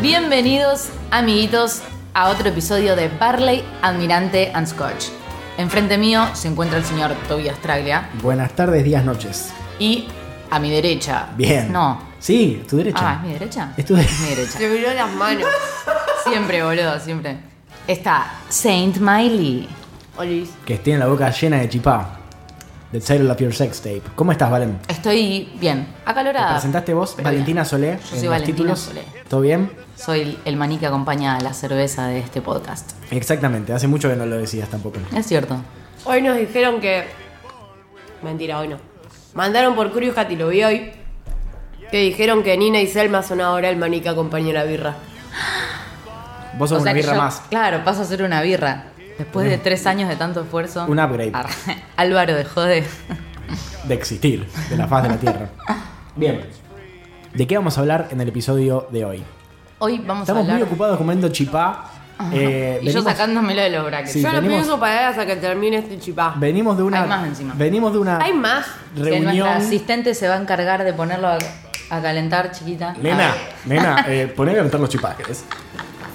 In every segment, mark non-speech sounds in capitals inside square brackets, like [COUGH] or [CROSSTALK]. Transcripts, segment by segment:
Bienvenidos, amiguitos, a otro episodio de Barley, Admirante and Scotch. Enfrente mío se encuentra el señor Tobias Traglia Buenas tardes, días, noches. y a mi derecha. Bien. No. Sí, tu derecha. Ah, ¿es mi derecha? Es tu de- mi derecha. Se miró las manos. Siempre, boludo, siempre. Está Saint Miley. Olis. Que tiene la boca llena de chipá. The title of your sex tape. ¿Cómo estás, Valen? Estoy bien, ¿Te acalorada. presentaste vos, Ah, pero Valentina bien. Solé? Yo en soy los Valentina títulos? Solé. ¿Todo bien? Soy el, el maní que acompaña a la cerveza de este podcast. Exactamente, hace mucho que no lo decías tampoco. Es cierto. Hoy nos dijeron que. Mentira, hoy no. Mandaron por Curious Cat y lo vi hoy. Que dijeron que Nina y Selma son ahora el maní que acompaña la birra. Vos sos O sea una que birra yo- más. Claro, paso a ser una birra. Después de tres años de tanto esfuerzo. Un upgrade. Ar- Álvaro dejó de. de existir, de la faz de la [LAUGHS] tierra. Bien. ¿De qué vamos a hablar en el episodio de hoy? Hoy vamos Estamos a hablar. muy ocupados comiendo chipá. Eh, [LAUGHS] y yo venimos- sacándomelo de los brackets. Sí, Yo no venimos- pienso parar hasta que termine este chipá. Venimos de una. Hay más encima. Venimos de una Hay más. Que nuestra reunión. asistente se va a encargar de ponerlo a, a calentar, chiquita. Nena, A ver. [LAUGHS] nena, eh, poné a cantar los chipajes.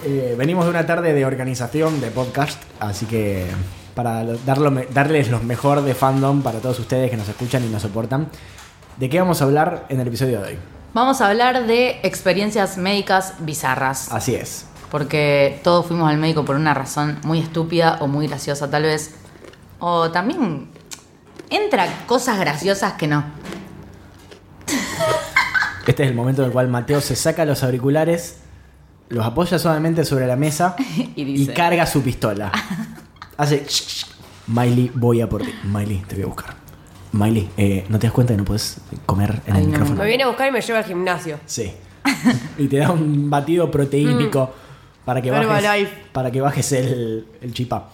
Eh, venimos de una tarde de organización de podcast, así que para lo- darlo me- darles lo mejor de fandom para todos ustedes que nos escuchan y nos soportan, ¿de qué vamos a hablar en el episodio de hoy? Vamos a hablar de experiencias médicas bizarras. Así es. Porque todos fuimos al médico por una razón muy estúpida o muy graciosa tal vez. O también entra cosas graciosas que no. Este es el momento en el cual Mateo se saca los auriculares, los apoya suavemente sobre la mesa [LAUGHS] Y dice- carga su [LAUGHS] pistola. Hace... sh, sh. Miley, voy a por ti. Miley, te voy a buscar. Miley, eh, ¿no te das cuenta que no puedes comer en Ay, el no, micrófono? Me viene a buscar y me lleva al gimnasio. Sí. [LAUGHS] y te da un batido proteínico Mm. para, que bajes, Herbalife. para que bajes el, el chipá.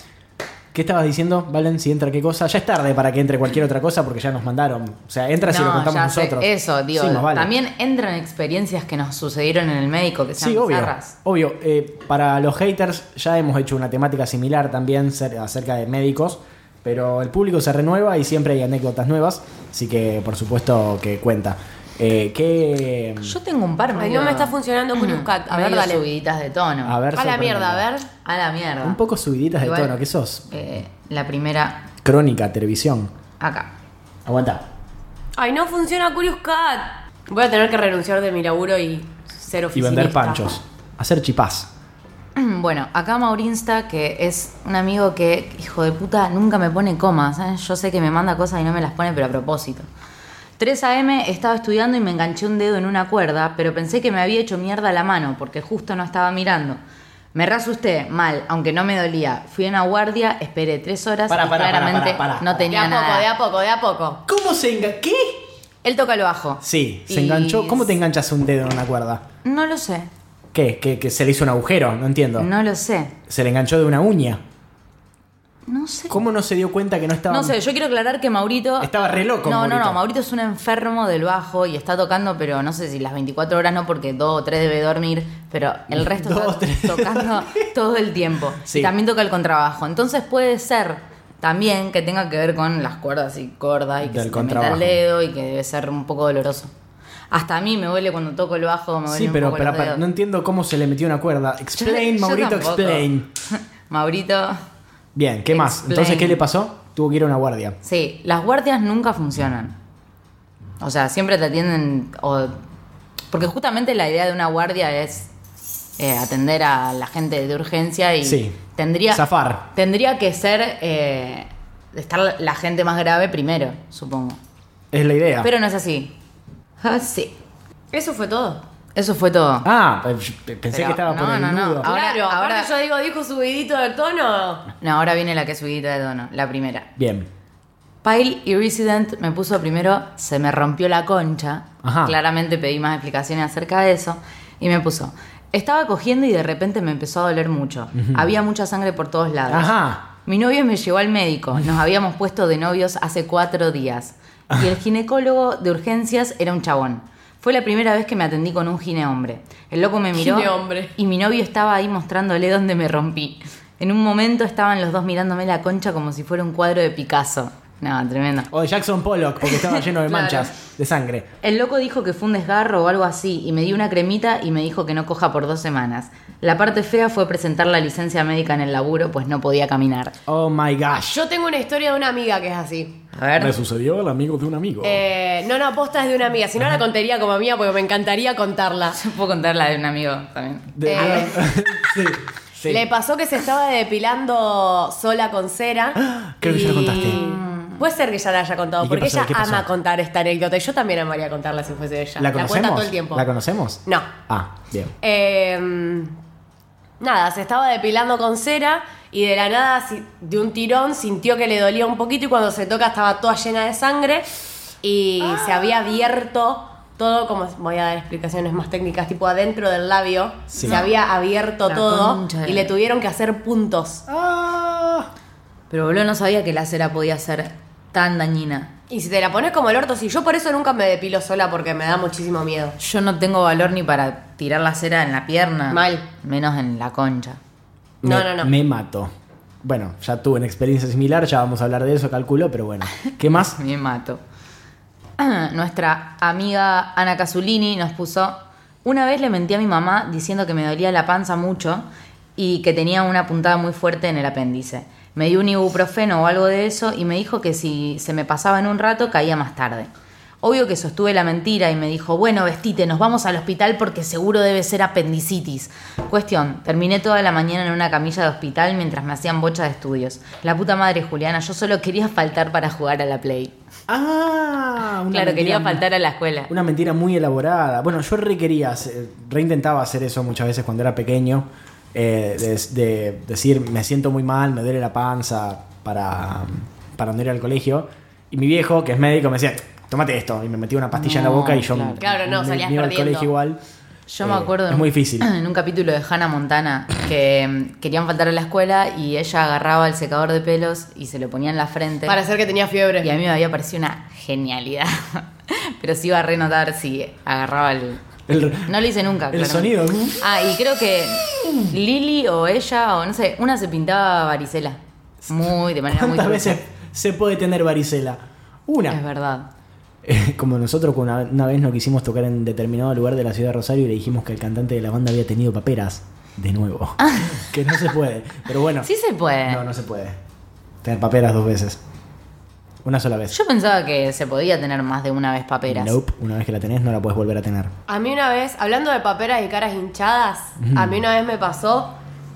¿Qué estabas diciendo, Valen? Si entra qué cosa. Ya es tarde para que entre cualquier otra cosa porque ya nos mandaron. O sea, entra si lo contamos ya sé, nosotros. Eso, digo. Sí, más vale. También entran experiencias que nos sucedieron en el médico que sean Sí, obvio. bizarras. Obvio. Eh, para los haters ya hemos hecho una temática similar también cer- acerca de médicos. Pero el público se renueva y siempre hay anécdotas nuevas. Así que, por supuesto, que cuenta. Eh, ¿Qué...? Yo tengo un par Ay, medio- no me está funcionando Curious Cat. A ver, medio dale. subiditas de tono. A ver, A la mierda, a sorprendeme. ver. A la mierda. Un poco subiditas de Igual, tono, que sos eh, la primera crónica, televisión. acá. Aguanta. Ay, no funciona Curious Cat. Voy a tener que renunciar de mi laburo y ser Y oficinista. vender panchos. Hacer chipás. Mm, Bueno, acá Maurinsta, que es un amigo que, hijo de puta, nunca me pone comas. ¿eh? Yo sé que me manda cosas y no me las pone, pero a propósito. 3 a.m. estaba estudiando y me enganché un dedo en una cuerda, pero pensé que me había hecho mierda la mano porque justo no estaba mirando. Me reasusté, mal, aunque no me dolía. Fui a una guardia, esperé tres horas Pará, y pará, pará, claramente pará, pará. no De tenía a poco, de nada. a poco, de a poco. ¿Cómo se enganchó? ¿Qué? Él toca lo bajo. Sí, se Y- enganchó. ¿Cómo te enganchas un dedo en una cuerda? No lo sé, ¿Qué? ¿Que, que se le hizo un agujero? No entiendo. no lo sé, Se le enganchó de una uña. no sé. ¿Cómo no se dio cuenta que no estaba.? No sé, yo quiero aclarar que Maurito. Estaba re loco, No, no, Maurito. no. Maurito es un enfermo del bajo y está tocando, pero no sé si las 24 horas no, porque dos o tres debe dormir, pero [LAUGHS] el resto Dos o está tres debe [LAUGHS] tocando todo el tiempo. Sí. Y también toca el contrabajo. Entonces puede ser también que tenga que ver con las cuerdas y cordas y que Del se te meta contrabajo. el dedo y que debe ser un poco doloroso. Hasta a mí me duele cuando toco el bajo, me duele Sí, un pero, poco pero, los pero, dedos. no entiendo cómo se le metió una [LAUGHS] cuerda. Yo- Explain, yo Maurito, tampoco. explain. [LAUGHS] Maurito. Bien, ¿qué más? Explain. Entonces, ¿qué le pasó? Tuvo que ir a una guardia. Sí, las guardias nunca funcionan. O sea, siempre te atienden. o- porque justamente la idea de una guardia es eh, atender a la gente de urgencia y Sí. tendría. Zafar. Tendría que ser. eh, estar la gente más grave primero, supongo. Es la idea. Pero no es así. Ah, sí. Eso fue todo. Eso fue todo. Ah, pues, pe- pensé Pero- que estaba no, por el no, no. Ah. nudo. Ahora- claro, ahora ahora- yo digo, dijo subidito de tono. No, ahora viene la que es subidita de tono, la primera. Bien. Pyle y Resident me puso primero, se me rompió la concha. Ajá. Claramente pedí más explicaciones acerca de eso. Y me puso, estaba cogiendo y de repente me empezó a doler mucho. Había mucha sangre por todos lados. Ajá. Mi novio me llevó al médico. Nos habíamos puesto de novios hace cuatro días. Y el ginecólogo de urgencias era un chabón. Fue la primera vez que me atendí con un gine hombre. El loco me miró Ginehombre. y mi novio estaba ahí mostrándole dónde me rompí. En un momento estaban los dos mirándome la concha como si fuera un cuadro de Picasso. No, tremendo. O de Jackson Pollock, porque estaba lleno [LAUGHS] de Claro. manchas de sangre. El loco dijo que fue un desgarro o algo así y me dio una cremita y me dijo que no coja por dos semanas. La parte fea fue presentar la licencia médica en el laburo pues no podía caminar. Oh my gosh. Yo tengo una historia de una amiga que es así. A ver. Me sucedió al amigo de un amigo. Eh, no, no, posta es de una amiga. Si no la contaría como mía, porque me encantaría contarla. [LAUGHS] Yo puedo contar la de un amigo también. De- eh. [LAUGHS] sí, sí. [LAUGHS] Le pasó que se estaba depilando sola con cera. [GASPS] Creo que ya lo y- contaste. Puede ser que ya la haya contado, ¿Y qué porque pasó? ella ¿Qué pasó? ama contar esta anécdota. y Yo también amaría contarla si fuese ella. ¿La cuenta conocemos? todo el tiempo. ¿La conocemos? No. Ah, bien. Eh, nada, se estaba depilando con cera y de la nada, si- de un tirón, sintió que le dolía un poquito y cuando se toca estaba toda llena de sangre y se había abierto todo, como voy a dar explicaciones más técnicas, tipo adentro del labio, Sí. se había abierto La todo concha de y la- le tuvieron que hacer puntos. Ah, Pero boludo no sabía que la cera podía ser tan dañina. Y si te la pones como el orto, si yo por eso nunca me depilo sola porque me da muchísimo miedo. Yo no tengo valor ni para tirar la cera en la pierna. Mal. Menos en la concha. No, me- no, no. Me mato. Bueno, ya tuve una experiencia similar, ya vamos a hablar de eso, calculo, pero bueno. ¿Qué más? [LAUGHS] Me mato. [CLEARS THROAT] Nuestra amiga Ana Casulini nos puso. Una vez le mentí a mi mamá diciendo que me dolía la panza mucho y que tenía una puntada muy fuerte en el apéndice. Me dio un ibuprofeno o algo de eso y me dijo que si se me pasaba en un rato caía más tarde. Obvio que sostuve la mentira y me dijo, bueno, vestite, nos vamos al hospital porque seguro debe ser apendicitis. Cuestión, terminé toda la mañana en una camilla de hospital mientras me hacían bocha de estudios. La puta madre, Juliana, yo solo quería faltar para jugar a la Play. Ah, una claro, quería mentira- faltar a la escuela. Una mentira muy elaborada. Bueno, yo requería, reintentaba hacer eso muchas veces cuando era pequeño, eh, de, de decir me siento muy mal, me duele la panza para, para no ir al colegio. Y mi viejo, que es médico, me decía, tómate esto. Y me metía una pastilla en la No, boca y yo claro. Claro, no, me, salías me iba al perdiendo. colegio igual. Yo Eh, me acuerdo Es muy [CLEARS THROAT] [COUGHS] difícil. en un capítulo de Hannah Montana que mm, querían faltar a la escuela y ella agarraba el secador de pelos y se lo ponía en la frente. Para hacer que tenía fiebre. Y a mí me había parecido una genialidad. [LAUGHS] Pero sí iba a renotar si agarraba el. El- No lo hice nunca. El claramente. sonido. Ah, y creo que Lili o ella, o no sé, una se pintaba varicela. Muy, de manera muy ¿Cuántas trucha. veces se puede tener varicela? Una. Es verdad. Eh, [LAUGHS] Como nosotros que una, una vez no quisimos tocar en determinado lugar de la ciudad de Rosario y le dijimos que el cantante de la banda había tenido paperas. De nuevo. [LAUGHS] que no se puede. Pero bueno. Sí se puede. No, no se puede. Tener paperas dos veces. Una sola vez. Yo pensaba que se podía tener más de una vez paperas. Nope. Una vez que la tenés no la puedes volver a tener. A mí una vez, hablando de paperas y caras hinchadas, a mí una vez me pasó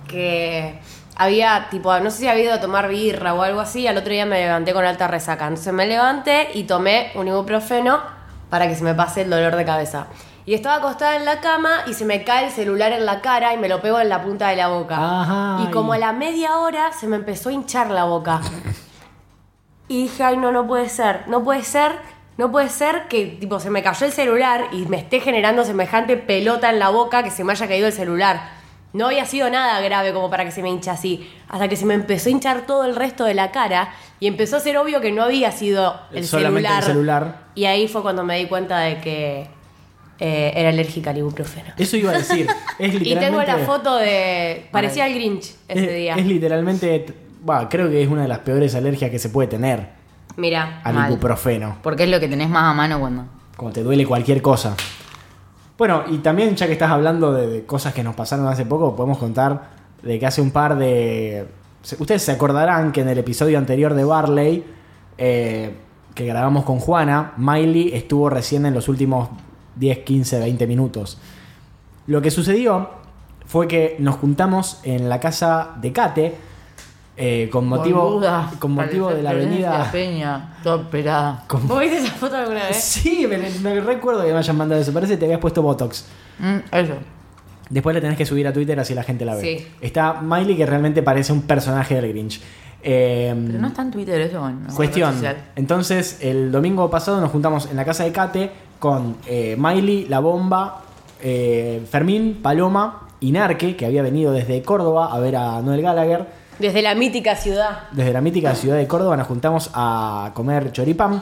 que había, tipo, no sé si había ido a tomar birra o algo así, al otro día me levanté con alta resaca. Entonces me levanté y tomé un ibuprofeno para que se me pase el dolor de cabeza. Y estaba acostada en la cama y se me cae el celular en la cara y me lo pego en la punta de la boca. Ajá. Y como a la media hora se me empezó a hinchar la boca. Y dije, ay, no, no puede ser, no puede ser, no puede ser que tipo se me cayó el celular y me esté generando semejante pelota en la boca que se me haya caído el celular. No había sido nada grave como para que se me hincha así. Hasta que se me empezó a hinchar todo el resto de la cara y empezó a ser obvio que no había sido el Solamente celular. el celular. Y ahí fue cuando me di cuenta de que eh, era alérgica al ibuprofeno. Eso iba a decir. Es Y tengo literalmente- la foto de... Parecía el Grinch ese es, día. Es literalmente. Bah, creo que es una de las peores alergias que se puede tener Mira. al Mal. ibuprofeno. Porque es lo que tenés más a mano cuando. Cuando te duele cualquier cosa. Bueno, y también ya que estás hablando de, de cosas que nos pasaron hace poco, podemos contar de que hace un par de... se- Ustedes se acordarán que en el episodio anterior de Barley, eh, que grabamos con Juana, Miley estuvo recién en los últimos 10, 15, 20 minutos. Lo que sucedió fue que nos juntamos en la casa de Kate eh, con motivo, Boluda, con motivo parecés de la Florencia avenida. Peña, toda operada. con- ¿Vos viste esa foto alguna [LAUGHS] vez? Sí, me, me recuerdo que me hayan mandado eso. Parece que te habías puesto Botox. Mm, eso. Después la tenés que subir a Twitter así la gente la ve. Sí. Está Miley que realmente parece un personaje del Grinch. Eh, Pero no está en Twitter eso, bueno. no, Cuestión. en red social. Entonces, el domingo pasado nos juntamos en la casa de Kate con eh, Miley, La Bomba, eh, Fermín, Paloma y Narque, que había venido desde Córdoba a ver a Noel Gallagher. Desde la mítica ciudad. Desde la mítica ciudad de Córdoba nos juntamos a comer choripán.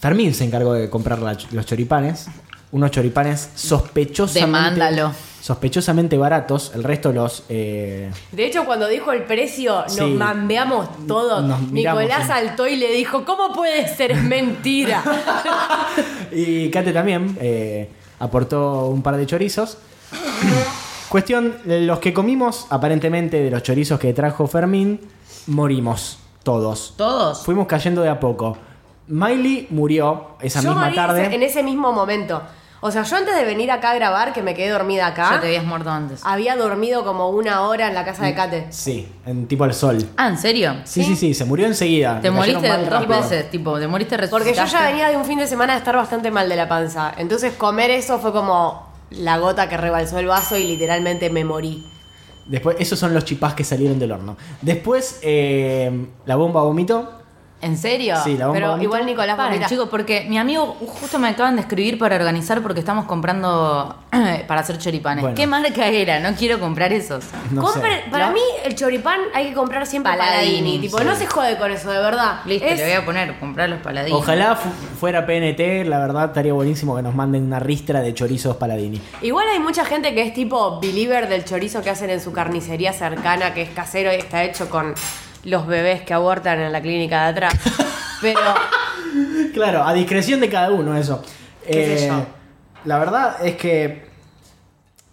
Fermín se encargó de comprar la- los choripanes. Unos choripanes sospechosamente. Demándalo. Sospechosamente baratos. El resto los. eh, De hecho, cuando dijo el precio, nos Sí. mambeamos todos. Nos miramos, Nicolás sí. saltó y le dijo, ¿cómo puede ser? Es mentira. Y Kate también eh, aportó un par de chorizos. [COUGHS] Cuestión, los que comimos, aparentemente de los chorizos que trajo Fermín, morimos todos. Todos. Fuimos cayendo de a poco. Miley murió [LAUGHS] esa yo misma morí tarde. en ese mismo momento. O sea, yo antes de venir acá a grabar, que me quedé dormida acá, Ya te habías muerto antes. había dormido como una hora en la casa de Kate. Sí, en tipo al sol. Ah, ¿en serio? Sí, sí, sí, se murió enseguida. Te Le cayeron moriste mal dos rápido. veces, tipo, te moriste Porque yo ya resucitaste. venía de un fin de semana de estar bastante mal de la panza. Entonces comer eso fue como la gota que rebalsó el vaso y literalmente me morí. Después, esos son los chipás que salieron del horno. Después, eh, la bomba vomitó. ¿En serio? Sí, la bomba Pero vomitó. igual Nicolás Paren, vomita. chicos, porque mi amigo justo me acaban de escribir para organizar porque estamos comprando [CLEARS THROAT] para hacer choripanes. Bueno. ¿Qué marca era? No quiero comprar esos. No sé. Compre- Para ¿No? mí el choripán hay que comprar siempre Paladini, paladini. Tipo, no se jode con eso, de verdad. Listo, Es- le voy a poner, comprar los paladines. Ojalá fu- fuera PNT, la verdad estaría buenísimo que nos manden una ristra de chorizos paladini. Igual hay mucha gente que es tipo believer del chorizo que hacen en su carnicería cercana, que es casero y está hecho con los bebés que abortan en la clínica de [LAUGHS] atrás. Pero Claro, a discreción de cada uno eso. Eh, ¿Qué sé yo? La verdad es que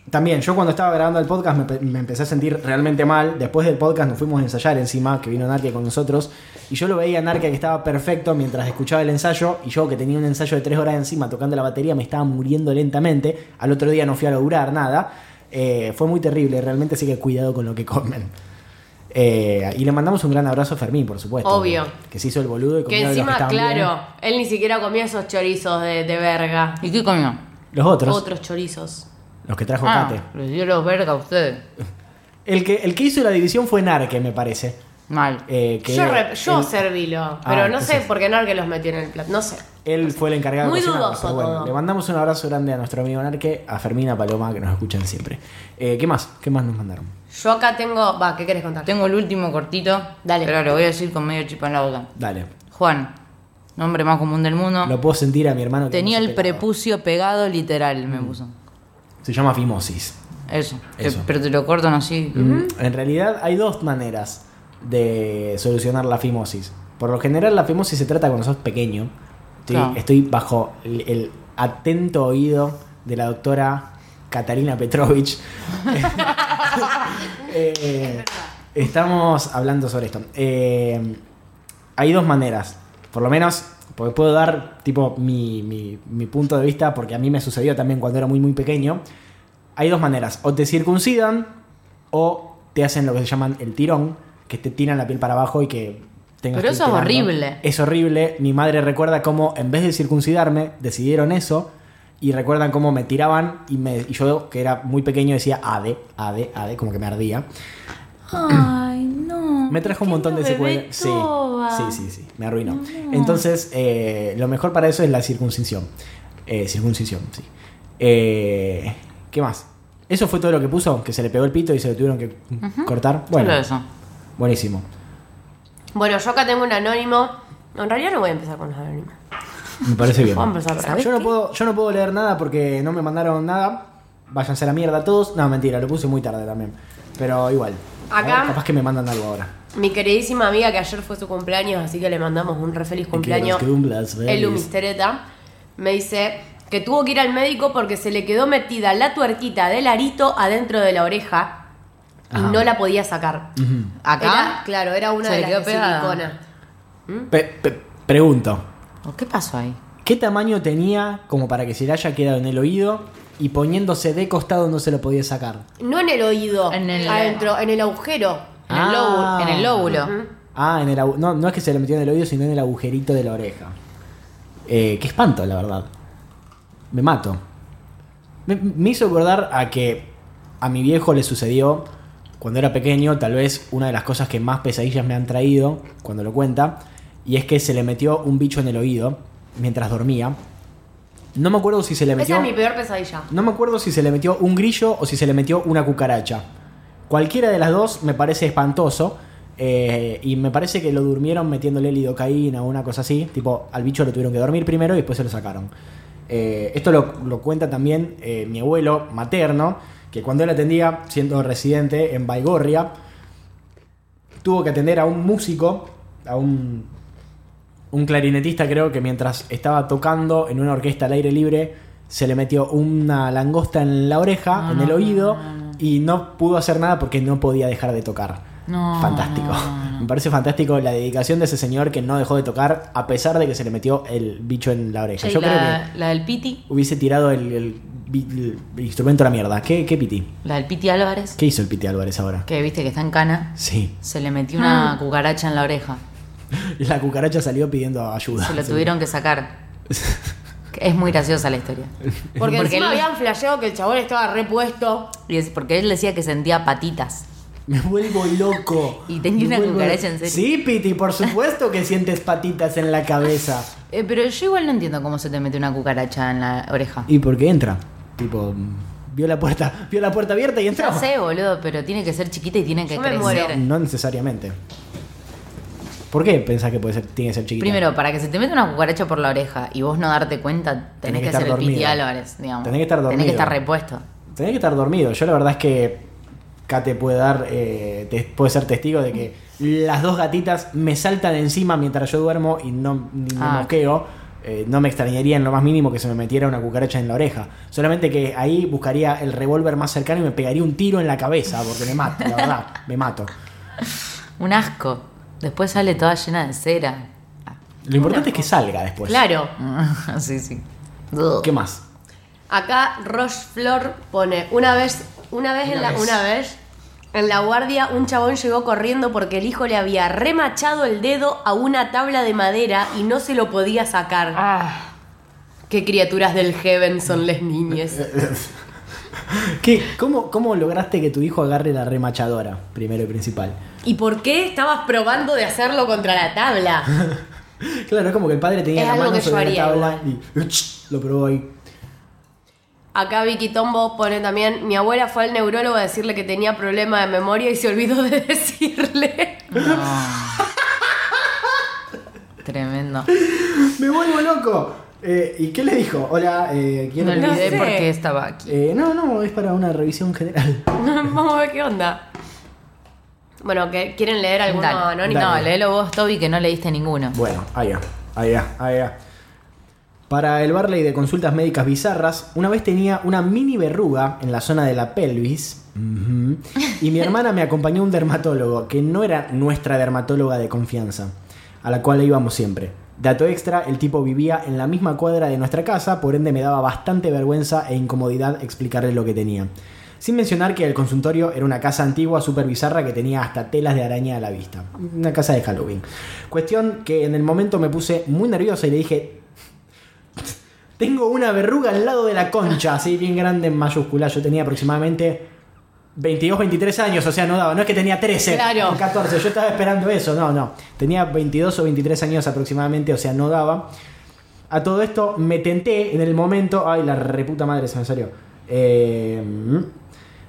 también yo cuando estaba grabando el podcast me, pe- me empecé a sentir realmente mal. Después del podcast nos fuimos a ensayar encima, que vino Narque con nosotros. Y yo lo veía a Narque que estaba perfecto mientras escuchaba el ensayo. Y yo que tenía un ensayo de tres horas encima tocando la batería me estaba muriendo lentamente. Al otro día no fui a lograr nada. Eh, fue muy terrible realmente, así que cuidado con lo que comen. Eh, y le mandamos un gran abrazo a Fermín, por supuesto. Obvio. Que, se hizo el boludo y comió que de los encima, estaban bien. claro, él ni siquiera comía esos chorizos de, de verga. ¿Y qué comió? Los otros, Otros chorizos. los que trajo Ah, Kate. les dio los verga a ustedes. El que, el que hizo la división fue Narque, me parece. Mal. Eh, que Yo, re- yo él, servilo, pero no sé entonces- por qué Narque los metió en el plato. No sé. él fue el encargado Muy de cocinarlo, dudoso pero bueno, todo. Le mandamos un abrazo grande a nuestro amigo Narque, a Fermina Paloma, que nos escuchan siempre. Eh, ¿Qué más? ¿Qué más nos mandaron? Yo acá tengo. Va, ¿qué querés contar? Tengo el último cortito. Dale. Pero lo voy a decir con medio chip en la boca. Dale. Juan, nombre más común del mundo. Lo puedo sentir a mi hermano. que Tenía no se el pelaba. prepucio pegado literal, me puso. Se llama fimosis. Eso. Mm. Eso. Te- pero te lo cortan así. Mm, En realidad hay dos maneras de solucionar la fimosis. Por lo general la fimosis se trata cuando sos pequeño. Estoy, Claro. estoy bajo el, el atento oído de la doctora Catalina Petrovich. Eh, estamos hablando sobre esto. Eh, hay dos maneras. Por lo menos, porque puedo dar tipo mi, mi- mi punto de vista, porque a mí me sucedió también cuando era muy, muy pequeño. Hay dos maneras. O te circuncidan o te hacen lo que se llaman el tirón, que te tiran la piel para abajo y que Pero tengas que ir eso es tirando. horrible. Es horrible. Mi madre recuerda cómo en vez de circuncidarme, decidieron eso. Y recuerdan cómo me tiraban y, me, y yo, que era muy pequeño, decía ade, ade, ade, como que me ardía. Ay, no. Me trajo un montón de secuelas. Sí, sí, sí, sí, me arruinó. Entonces, eh, lo mejor para eso es la circuncisión. Eh, circuncisión, sí. Eh, ¿Qué más? Eso fue todo lo que puso, que se le pegó el pito y se lo tuvieron que cortar. Bueno, Solo eso. buenísimo. Bueno, yo acá tengo un anónimo. No, en realidad no voy a empezar con los anónimos. Me parece bien. Vamos a empezar por acá. Yo no, puedo, yo no puedo leer nada porque no me mandaron nada. Váyanse a la mierda todos. No, mentira, lo puse muy tarde también. Pero igual. A Acá- ver, capaz que me mandan algo ahora. Mi queridísima amiga que ayer fue su cumpleaños, así que le mandamos un re feliz cumpleaños. Que los cumplas, feliz. Elu Mistereta me dice que tuvo que ir al médico porque se le quedó metida la tuerquita del arito adentro de la oreja y Ajá. no la podía sacar. ¿Acá? Era- claro, era una Se de le las quedó de pegada. silicona. Pe- pe- Pregunto, ¿O Oh, ¿Qué pasó ahí? ¿qué tamaño tenía como para que se le haya quedado en el oído y poniéndose de costado no se lo podía sacar? No en el oído, En el- adentro, en el agujero. En el lóbulo. En el lóbulo. Ah, en el agu- no, no es que se le metió en el oído, sino en el agujerito de la oreja. Eh, qué espanto, la verdad. Me mato. Me, me hizo acordar a que a mi viejo le sucedió cuando era pequeño, tal vez una de las cosas que más pesadillas me han traído cuando lo cuenta, y es que se le metió un bicho en el oído mientras dormía. No me acuerdo si se le metió... Esa es mi [LAUGHS] peor pesadilla. No me acuerdo si se le metió un grillo o si se le metió una cucaracha. Cualquiera de las dos me parece espantoso. eh, y me parece que lo durmieron metiéndole lidocaína o una cosa así. Tipo, al bicho lo tuvieron que dormir primero y después se lo sacaron. Eh, esto lo, lo cuenta también eh, mi abuelo materno, que cuando él atendía, siendo residente en Baigorria, tuvo que atender a un músico, a un, un clarinetista creo que mientras estaba tocando en una orquesta al aire libre, se le metió una langosta en la oreja, en Ah. el oído, y no pudo hacer nada porque no podía dejar de tocar. No, fantástico. no, no. Me parece fantástico la dedicación de ese señor que no dejó de tocar a pesar de que se le metió el bicho en la oreja. Che, Yo la, creo que la del Piti, hubiese tirado el, el bi- el instrumento a la mierda. ¿Qué, ¿Qué piti? la del Piti Álvarez, ¿Qué hizo el piti Álvarez ahora? que viste que está en cana, Sí. se le metió una Mm. cucaracha en la oreja. La cucaracha salió pidiendo ayuda. [LAUGHS] Se lo tuvieron que sacar. Es muy graciosa la [LAUGHS] historia. Porque, Porque encima él- habían flasheado que el chabón estaba repuesto. Y es porque él decía que sentía patitas. [LAUGHS] Me vuelvo loco. Y tenía Me una vuelvo- cucaracha en serio. Sí, Piti, por supuesto que sientes patitas en la cabeza. Eh, pero yo igual no entiendo cómo se te mete una cucaracha en la oreja. ¿Y por qué entra? Tipo, mm, vio la puerta, vio la puerta abierta y entró. No sé, boludo, pero tiene que ser chiquita y tiene que Yo me crecer. muero. No necesariamente. ¿Por qué pensás que puede ser, tiene que ser chiquita? Primero, para que se te meta una cucaracha por la oreja y vos no darte cuenta, tenés, que que, estar ser el Piti dormido. Álvarez, digamos. Tenés que estar Tenés que dormido. estar repuesto. Tenés que estar dormido. Yo la verdad es que Kate puede dar, eh, te- puede ser testigo de que las dos gatitas me saltan encima mientras yo duermo y no ni me Ah. mosqueo. Eh, no me extrañaría en lo más mínimo que se me metiera una cucaracha en la oreja. Solamente que ahí buscaría el revólver más cercano y me pegaría un tiro en la cabeza, porque me mato, la verdad, me mato. Un asco. Después sale toda llena de cera. Lo importante es que salga después. Claro. Ah. [LAUGHS] sí, sí. ¿Qué más? Acá Rocheflor pone, una vez, una vez, en la, una vez, en la guardia un chabón llegó corriendo porque el hijo le había remachado el dedo a una tabla de madera y no se lo podía sacar. Ah. Qué criaturas del heaven son las niñas. ¿Qué, cómo, ¿Cómo lograste que tu hijo agarre la remachadora, primero y principal? ¿Y por qué estabas probando de hacerlo contra la tabla? Claro, es como que el padre tenía Es la algo mano que yo sobre la haría tabla y ¡ch! lo probó ahí. Acá Vicky Tombo pone también, mi abuela fue al neurólogo a decirle que tenía problema de memoria y se olvidó de [LAUGHS] decirle. [LAUGHS] Tremendo. ¡Me vuelvo loco! Eh, ¿Y qué le dijo? Hola, eh, quiero Me que- No olvidé sé. por qué estaba aquí. Eh, no, no, es para una revisión general. Vamos a ver qué onda. Bueno, ¿qué- ¿quieren leer alguno Dale. anónimo? No, Dale. léelo vos, Toby, que no leíste ninguno. Bueno, allá, allá, allá. Para el Barley de consultas médicas bizarras, una vez tenía una mini verruga en la zona de la pelvis. Ujú. Y mi hermana me acompañó a un dermatólogo, que no era nuestra dermatóloga de confianza, a la cual íbamos siempre. Dato extra, el tipo vivía en la misma cuadra de nuestra casa, por ende me daba bastante vergüenza e incomodidad explicarle lo que tenía. Sin mencionar que el consultorio era una casa antigua súper bizarra que tenía hasta telas de araña a la vista. Una casa de Halloween. Cuestión que en el momento me puse muy nerviosa y le dije, tengo una verruga al lado de la concha, así bien grande en mayúscula. Yo tenía aproximadamente 22, 23 años, o sea, no daba. No es que tenía 13 Claro. o 14, yo estaba esperando eso, no, no. Tenía 22 o 23 años aproximadamente, o sea, no daba. A todo esto me tenté en el momento. Ay, la reputa madre se me salió. Eh,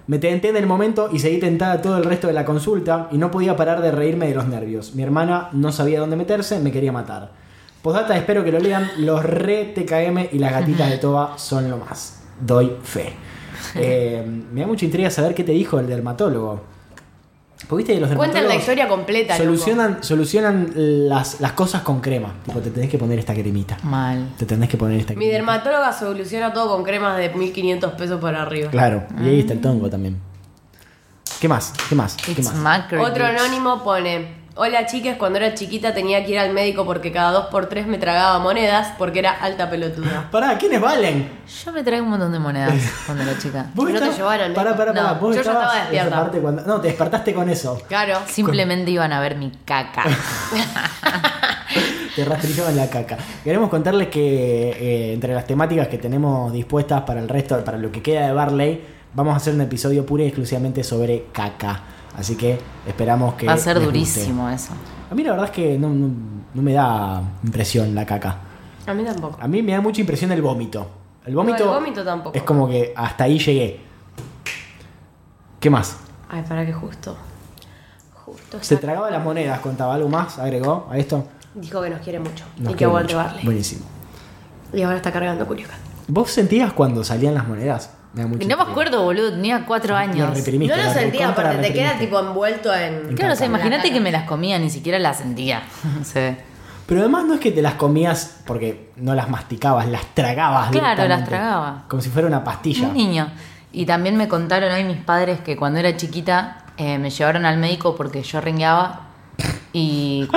me tenté en el momento y seguí tentada todo el resto de la consulta y no podía parar de reírme de los nervios. Mi hermana no sabía dónde meterse, me quería matar. Postdata, espero que lo lean. Los re TKM y las gatitas de Toba son lo más. Doy [LAUGHS] fe. Eh, me da mucha intriga saber qué te dijo el dermatólogo. Porque viste que los Cuentan la dermatólogos historia completa. loco. solucionan, solucionan las, las cosas con crema. Tipo, te tenés que poner esta cremita. Mal. Te tenés que poner esta Mi dermatóloga soluciona todo con cremas de 1500 pesos para arriba. Claro, y Mm. ahí está el tongo también. ¿Qué más? ¿Qué más? ¿Qué It's más? macro. Otro anónimo pone, Hola chiques, cuando era chiquita tenía que ir al médico porque cada dos por tres me tragaba monedas porque era alta pelotuda. Pará, ¿quiénes valen? Yo me traigo un montón de monedas [LAUGHS] cuando era chica. Pero te llevaron, ¿eh? Pará, pará, No, pará. vos yo ya estabas estaba despierta. esa parte cuando- No, te despertaste con eso. Claro. Simplemente iban a ver mi [LAUGHS] caca. Te rastrillaban la caca. Queremos contarles que eh, entre las temáticas que tenemos dispuestas para el resto, para lo que queda de Barley, vamos a hacer un episodio puro y exclusivamente sobre caca. Así que esperamos que. Va a ser les guste. durísimo eso. A mí la verdad es que no, no- no me da impresión la caca. A mí tampoco. A mí me da mucha impresión el vómito. El vómito. No, el vómito tampoco. Es como que hasta ahí llegué. ¿Qué más? Ay, para que justo. Justo. Se saca- tragaba las monedas, contaba algo más, agregó a esto. Dijo que nos quiere mucho Nos y que queda aguante mucho. Barley. Buenísimo. Y ahora está cargando Curioca. ¿Vos sentías cuando salían las monedas? Me da mucha No me intriga. acuerdo, boludo, tenía cuatro Lo años. reprimiste, no lo la sentía, recontra aparte te queda reprimiste. tipo envuelto en. Claro, o sea, en la imagínate cara. que me las comía, ni siquiera las sentía. [LAUGHS] Se ve. Pero además no es que te las comías porque no las masticabas, las tragabas. Claro, directamente. las tragaba. Como si fuera una pastilla. Un niño. Y también me contaron hoy mis padres que cuando era chiquita eh, me llevaron al médico porque yo rengueaba. Y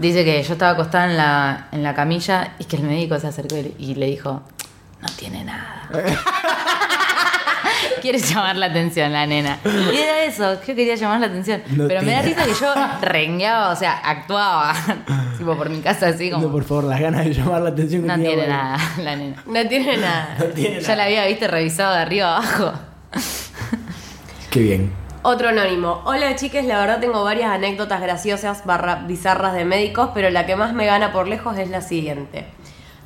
dice que yo estaba acostada en la, en la camilla y que el médico se acercó y le- y le dijo: No tiene [LAUGHS] nada. Quiere llamar la atención la nena. Y era eso, yo quería llamar la atención. No Pero me da tiene. risa que yo rengueaba, o sea, [LAUGHS] actuaba. tipo por mi casa así como. No, por favor, las ganas de llamar la atención que no tenía, tiene bueno. nada la nena. No tiene nada. No tiene Ya nada. la había, viste, revisado de arriba abajo. Qué bien. Otro anónimo. Hola chiques, la verdad tengo varias anécdotas graciosas barra bizarras de médicos, pero la que más me gana por lejos es la siguiente.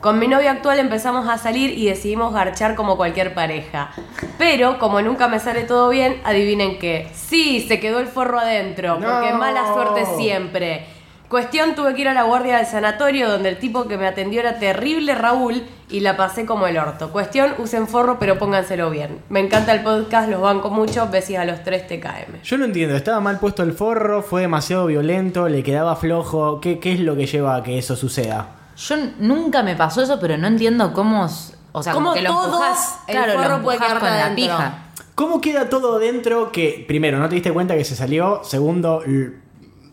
Con mi novio actual empezamos a salir y decidimos garchar como cualquier pareja. Pero, como nunca me sale todo bien, adivinen qué. Sí, se quedó el forro adentro, porque No. mala suerte siempre. Cuestión, tuve que ir a la guardia del sanatorio donde el tipo que me atendió era terrible Raúl y la pasé como el orto. Cuestión, usen forro pero pónganselo bien. Me encanta el podcast, los banco mucho, besis a los tres TKM. Yo no entiendo, estaba mal puesto el forro, fue demasiado violento, le quedaba flojo. ¿Qué, qué es lo que lleva a que eso suceda? Yo n- nunca me pasó eso, pero no entiendo cómo. s- O sea, como Cómo que lo todo empujas, el claro, forro lo puede empujas quedar con la adentro. pija. ¿Cómo queda todo dentro que, primero, no te diste cuenta que se salió? Segundo, l-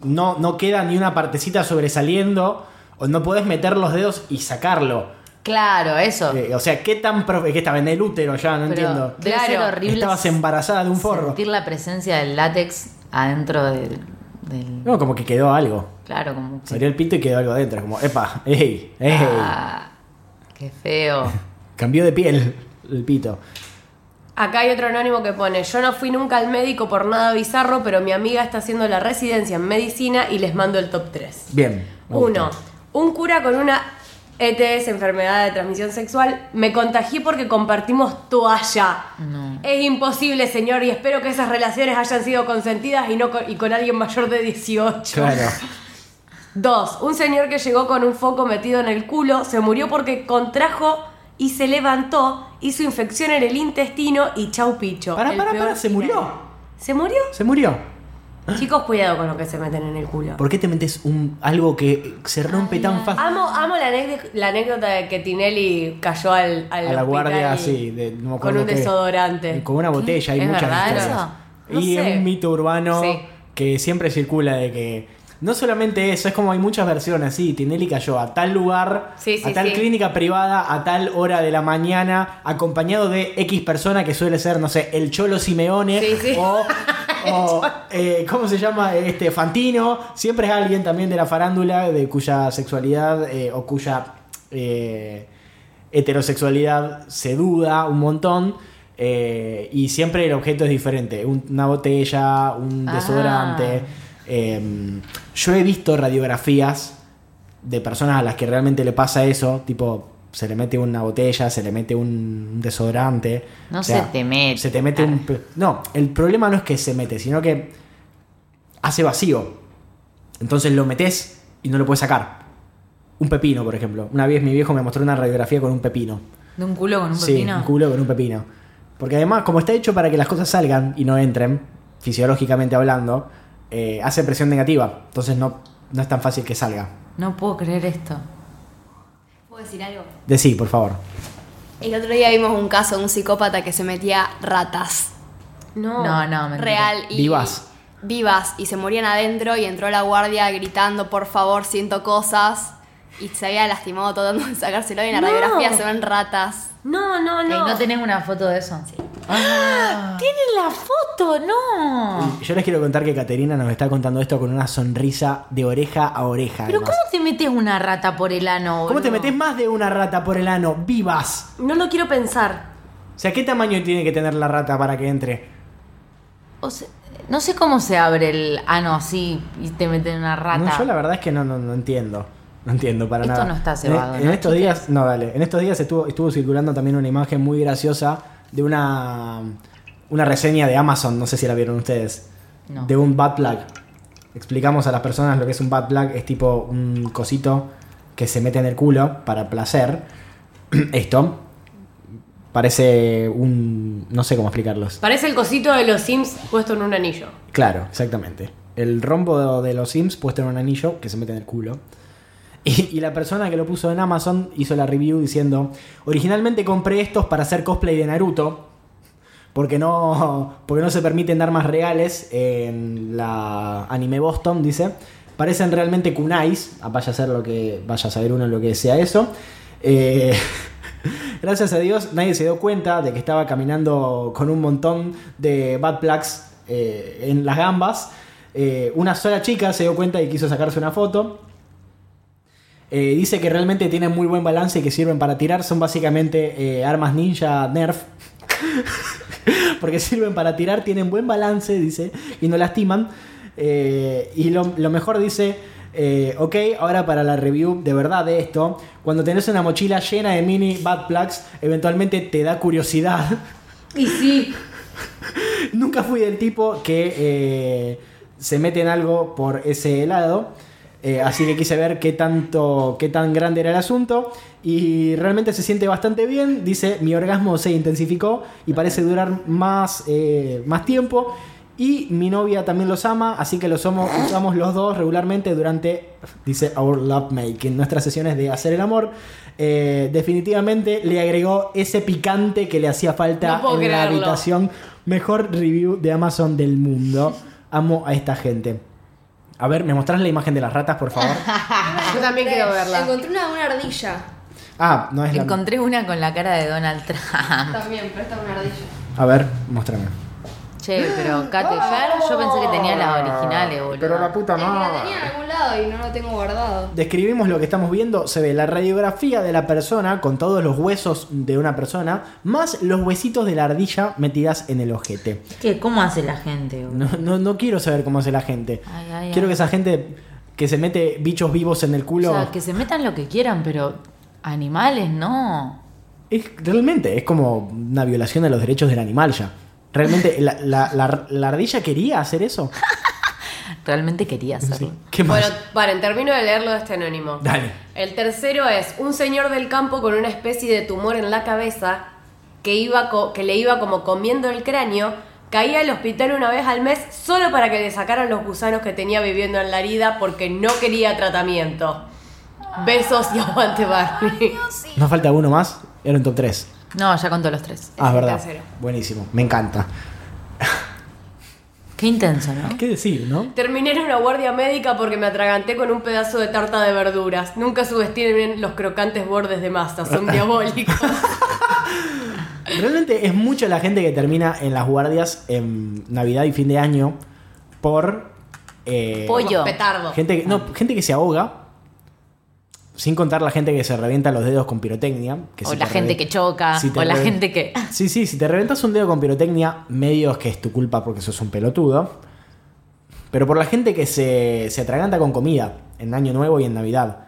no, no queda ni una partecita sobresaliendo. O no podés meter los dedos y sacarlo. Claro, eso. Eh, o sea, ¿qué tan profe que estaba en el útero ya? No Ah. Pero entiendo. Debe Claro, ser horrible Estabas embarazada de un forro. sentir la presencia del látex adentro del. del- No, como que quedó algo. Claro, como. que- Salió el pito y quedó algo dentro. Como, epa, ey, ey. Ah, qué feo. Cambió de piel el pito. Acá hay otro anónimo que pone, yo no fui nunca al médico por nada bizarro, pero mi amiga está haciendo la residencia en medicina y les mando el top 3. Bien. me gusta. Uno, un cura con una ETS, enfermedad de transmisión sexual, me contagié porque compartimos toalla. Es imposible, señor, y espero que esas relaciones hayan sido consentidas y, no con, y con alguien mayor de 18. [LAUGHS] Claro. Dos, un señor que llegó con un foco metido en el culo, se murió porque contrajo y se levantó, hizo infección en el intestino y chau picho. Pará, El pará, peor pará, se final. murió. ¿Se murió? Se murió. Chicos, cuidado con lo que se meten en el culo. ¿Por qué te metes un, algo que se rompe tan fácil? Amo, amo la, anécdota, la anécdota de que Tinelli cayó al, al a la hospital guardia y- así, de, no me con acuerdo un qué. desodorante. Con una botella, hay ¿Es muchas verdad historias. eso? No y sé. es un mito urbano Sí. que siempre circula de que no solamente eso, es como hay muchas versiones, sí, Tinelli cayó a tal lugar, Sí, sí, a tal sí. clínica privada, a tal hora de la mañana, acompañado de X persona que suele ser, no sé, el Cholo Simeone Sí, sí. [LAUGHS] o, o, eh, ¿cómo se llama? Este Fantino, siempre es alguien también de la farándula de cuya sexualidad eh, o cuya eh, heterosexualidad se duda un montón eh, y siempre el objeto es diferente. Un- una botella, un Ah. desodorante. Eh, yo he visto radiografías de personas a las que realmente le pasa eso, tipo se le mete una botella, se le mete un desodorante. No se te mete, Se te mete un... pe- No, el problema no es que se mete, sino que hace vacío. Entonces lo metes y no lo puedes sacar. Un pepino, por ejemplo. Una vez mi viejo me mostró una radiografía con un pepino. De un culo con un Sí, pepino. un culo con un pepino. Porque además, como está hecho para que las cosas salgan y no entren, fisiológicamente hablando, eh, hace presión negativa. Entonces no, no es tan fácil que salga. No puedo creer esto. ¿Puedo decir algo? Decí, por favor. El otro día vimos un caso de un psicópata que se metía ratas. No. No, no, mentira. Real. Y Vivas. vivas y se morían adentro y entró la guardia gritando, por favor, siento cosas. Y se había lastimado [LAUGHS] tratando de sacárselo y en la No. radiografía se ven ratas. No, no, Ey, no. ¡Ah! ¿No tenés una foto de eso? Ah. Tienen la foto, no. Yo les quiero contar que Caterina nos está contando esto con una sonrisa de oreja a oreja. ¿Pero además. cómo te metes una rata por el ano? ¿Cómo te boludo? metes más de una rata por el ano? ¡Vivas! No lo quiero pensar. O sea, ¿qué tamaño tiene que tener la rata para que entre? O sea, no sé cómo se abre el ano así y te meten una rata. No, yo la verdad es que no, no, no entiendo. No entiendo para Esto nada. no está cebado, En, en ¿no, estos días, no, dale. En estos días estuvo, estuvo circulando también una imagen muy graciosa de una, una reseña de Amazon, no sé si la vieron ustedes, No. de un bad plug. Explicamos a las personas lo que es un bad plug, es tipo un cosito que se mete en el culo para placer. [CLEARS THROAT] Esto parece un... no sé cómo explicarlos. Parece el cosito de los Sims puesto en un anillo. Claro, exactamente. El rombo de los Sims puesto en un anillo que se mete en el culo. Y, y la persona que lo puso en Amazon hizo la review diciendo, originalmente compré estos para hacer cosplay de Naruto, porque no, porque no se permiten armas reales en la anime Boston, dice. Parecen realmente kunais, ah, vaya a ser lo que vaya a saber uno lo que sea eso. Eh, [LAUGHS] gracias a Dios nadie se dio cuenta de que estaba caminando con un montón de bad plugs eh, en las gambas. Eh, una sola chica se dio cuenta y quiso sacarse una foto. Eh, dice que realmente tienen muy buen balance y que sirven para tirar. Son básicamente eh, armas ninja nerf. Porque sirven para tirar, tienen buen balance, dice, y no lastiman. Eh, y lo, lo mejor dice, eh, ok, ahora para la review de verdad de esto, cuando tenés una mochila llena de mini bad plugs, eventualmente te da curiosidad. Y sí. [LAUGHS] Nunca fui del tipo que eh, se mete en algo por ese lado. eh, así que quise ver qué tanto, qué tan grande era el asunto. Y realmente se siente bastante bien. Dice, mi orgasmo se intensificó y parece durar más, eh, más tiempo. Y mi novia también los ama, así que los somos, usamos los dos regularmente durante, dice, our love making, nuestras sesiones de hacer el amor. Eh, definitivamente le agregó ese picante que le hacía falta No puedo en la creerlo. habitación recomendación, Mejor review de Amazon del mundo. Amo a esta gente. A ver, ¿me mostrás la imagen de las ratas, por [LAUGHS] favor? Yo también quiero verla. Encontré una, una ardilla. Ah, no es la. Encontré una con la cara de Donald Ah. [LAUGHS] Trump. También, pero esta es una ardilla. A ver, muéstrame. Che, pero Kate Fer, yo pensé que tenía las originales, boludo. puta Es que la tenía en algún lado y no lo tengo guardado. Describimos lo que estamos viendo, se ve la radiografía de la persona con todos los huesos de una persona, más los huesitos de la ardilla metidas en el ojete. ¿Qué? ¿Cómo hace la gente, boludo? No, no, no quiero saber cómo hace la gente. Ay, ay, ay. quiero que esa gente que se mete bichos vivos en el culo... O sea, que se metan lo que quieran, pero animales no. Es, realmente es como una violación de los derechos del animal ya. Realmente, [LAUGHS] la, la- la- la ardilla quería hacer eso? Realmente quería hacerlo. ¿Qué más? Bueno, paren, termino de leerlo de este anónimo. Dale. El tercero es un señor del campo con una especie de tumor en la cabeza que, iba co- que le iba como comiendo el cráneo. Caía al hospital una vez al mes solo para que le sacaran los gusanos que tenía viviendo en la herida porque no quería tratamiento. Besos y aguante Barney. Nos falta uno más. Era un top 3. No, ya contó los tres. Ah, el verdad. tercero. Buenísimo. Me encanta. Qué intenso, ¿no? Ah, ¿Qué decir, no? Terminé en una guardia médica porque me atraganté con un pedazo de tarta de verduras. Nunca subestimen los crocantes bordes de masa, son diabólicos. Realmente es mucha la gente que termina en las guardias en Navidad y fin de año por. eh, Pollo. Petardo. Gente que, no, gente que se ahoga. Sin contar la gente que se revienta los dedos con pirotecnia. que O si la te gente revi- que choca, si te o la revi- gente que... [LAUGHS] Sí, sí, si te reventas un dedo con pirotecnia, medio es que es tu culpa porque sos un pelotudo. Pero por la gente que se, se atraganta con comida en Año Nuevo y en Navidad.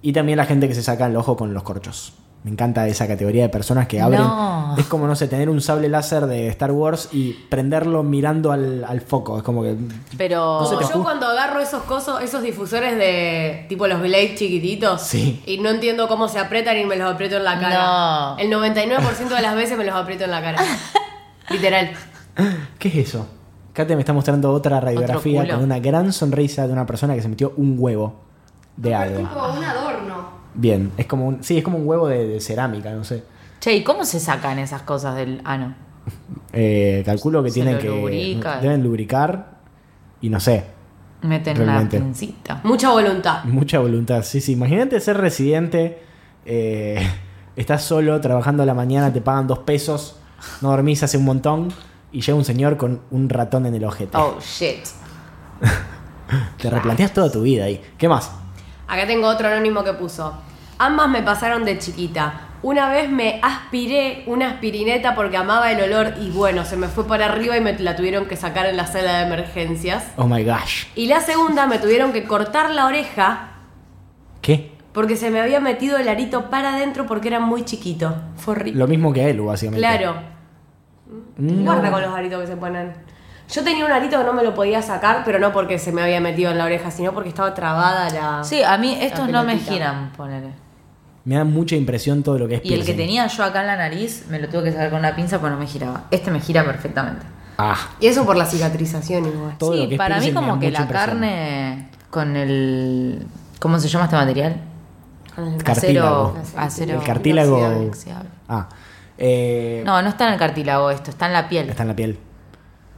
Y también la gente que se saca el ojo con los corchos. Me encanta esa categoría de personas que abren. No. Es como, no sé, tener un sable láser de Star Wars y prenderlo mirando al, al foco. Es como que. Pero... No se Como te yo ju- cuando agarro esos cosos, esos difusores de tipo los Blade chiquititos Sí. y no entiendo cómo se apretan y me los aprieto en la cara. No. El 99% de las veces me los aprieto en la cara. Literal. ¿Qué es eso? Kate me está mostrando otra radiografía culo. con una gran sonrisa de una persona que se metió un huevo de Es algo. tipo un adorno. Bien, es como un. Sí, es como un huevo de, de cerámica, no sé. Che, ¿y cómo se sacan esas cosas del ano? Eh, calculo que Se tienen lo que. lubrica. Deben lubricar. Y no sé, Meten Realmente. la pincita. Mucha voluntad. mucha voluntad. Sí, sí, imagínate ser residente, eh, [LAUGHS] estás solo, trabajando a la mañana, te pagan dos pesos, no dormís hace un montón y llega un señor con un ratón en el ojete. Oh, shit. Te replanteas toda tu vida ahí. ¿Qué más? Acá tengo otro anónimo que puso. Ambas me pasaron de chiquita. Una vez me aspiré una aspirineta porque amaba el olor y bueno, se me fue para arriba y me la tuvieron que sacar en la sala de emergencias. Oh my gosh. Y la segunda me tuvieron que cortar la oreja ¿Qué? porque se me había metido el arito para adentro porque era muy chiquito. Fue horrible. Lo mismo que a él, básicamente. Claro. Mm. Guarda con los aritos que se ponen. Yo tenía un arito que no me lo podía sacar, pero no porque se me había metido en la oreja, sino porque estaba trabada la... Sí, a mí estos no La me pelotita. giran, ponele. Me da mucha impresión todo lo que es Y el que piercing. tenía yo acá en la nariz me lo tuve que sacar con una pinza porque no me giraba. Este me gira perfectamente. Ah, Y eso por la cicatrización igual. Todo lo sí, que es para mí piercing me como da que mucha la impresión. carne con el... ¿Cómo se llama este material? cartílago. Acero, acero. El cartílago. Inoxidable. Ah. eh, No, no está en el cartílago esto, está en la piel. Está en la piel.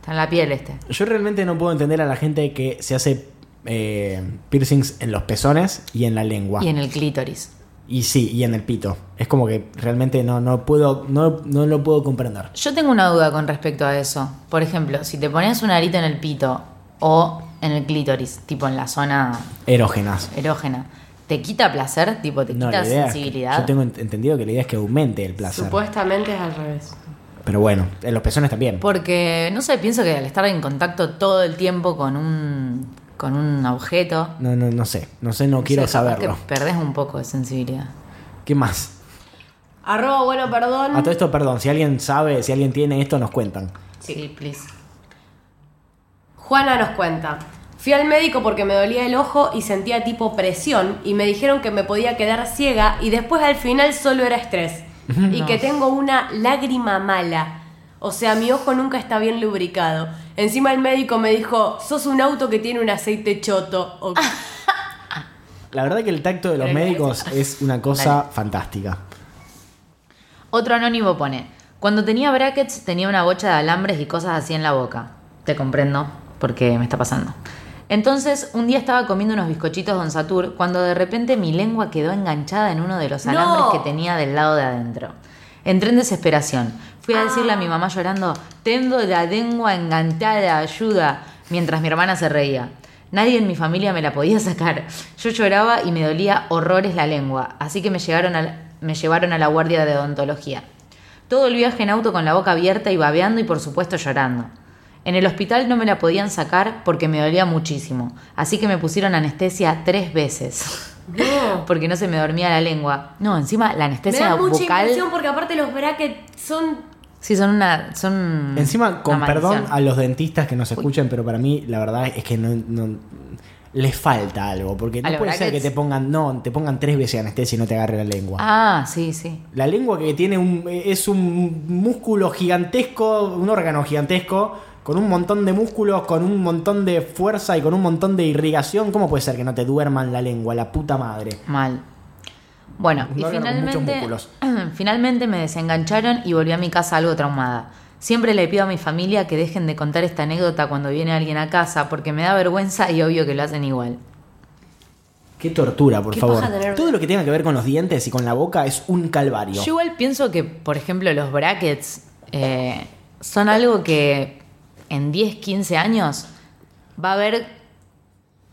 Está en la piel este. Yo realmente no puedo entender a la gente que se hace eh, piercings en los pezones y en la lengua. Y en el clítoris. Y sí, y en el pito. Es como que realmente no, no puedo, no, no lo puedo comprender. Yo tengo una duda con respecto a eso. Por ejemplo, si te pones un arito en el pito o en el clítoris, tipo en la zona Erógenas. erógena, ¿te quita placer? Tipo, ¿te No, quita la idea es que- sensibilidad? yo tengo ent- entendido que la idea es que aumente el placer. Supuestamente es al revés. Pero bueno, en los pezones también. Porque, no sé, pienso que al estar en contacto todo el tiempo con un, con un objeto, No, no, no sé. No sé, no quiero o sea, capaz saberlo. que perdés un poco de sensibilidad. ¿Qué más? Arroba, bueno, perdón. A todo esto, perdón, si alguien sabe, si alguien tiene esto, nos cuentan. Sí, please. Juana nos cuenta. Fui al médico porque me dolía el ojo y sentía tipo presión y me dijeron que me podía quedar ciega y después al final solo era estrés. Y que tengo una lágrima mala. O sea, mi ojo nunca está bien lubricado. Encima el médico me dijo, sos un auto que tiene un aceite choto. O- Ah. [LAUGHS] La verdad que el tacto de los médicos es una cosa fantástica. Otro anónimo pone, cuando tenía brackets tenía una bocha de alambres y cosas así en la boca. Te comprendo, porque me está pasando. Entonces, un día estaba comiendo unos bizcochitos Don Satur cuando de repente mi lengua quedó enganchada en uno de los ¡No! alambres que tenía del lado de adentro. Entré en desesperación. Fui a decirle a mi mamá llorando, tengo la lengua enganchada, ayuda, mientras mi hermana se reía. Nadie en mi familia me la podía sacar. Yo lloraba y me dolía horrores la lengua, así que me, llegaron al- me llevaron a la guardia de odontología. Todo el viaje en auto con la boca abierta y babeando y por supuesto llorando. En el hospital no me la podían sacar porque me dolía muchísimo, así que me pusieron anestesia tres veces. Porque no se me dormía la lengua. No, encima la Me da anestesia mucha bucal. impresión porque aparte los brackets son... Sí, son una. Son Encima, con una perdón maldición. a los dentistas que nos escuchen, pero para mí la verdad es que no, no- les falta algo, porque ¿A no los puede ser que brackets? te pongan, no, te pongan tres veces anestesia y no te agarre la lengua. Ah, sí, sí. La lengua que tiene un, es un músculo gigantesco, un órgano gigantesco, con un montón de músculos, con un montón de fuerza y con un montón de irrigación. ¿Cómo puede ser que no te duerman la lengua, la puta madre? Mal. Bueno, Un y órgano con muchos finalmente, músculos. [CLEARS THROAT] finalmente me desengancharon y volví a mi casa algo traumada. Siempre le pido a mi familia que dejen de contar esta anécdota cuando viene alguien a casa porque me da vergüenza y obvio que lo hacen igual. Qué tortura, por Qué favor. paja tener- Todo lo que tenga que ver con los dientes y con la boca es un calvario. Yo igual pienso que, por ejemplo, los brackets eh, son algo que en 10, 15 años va a haber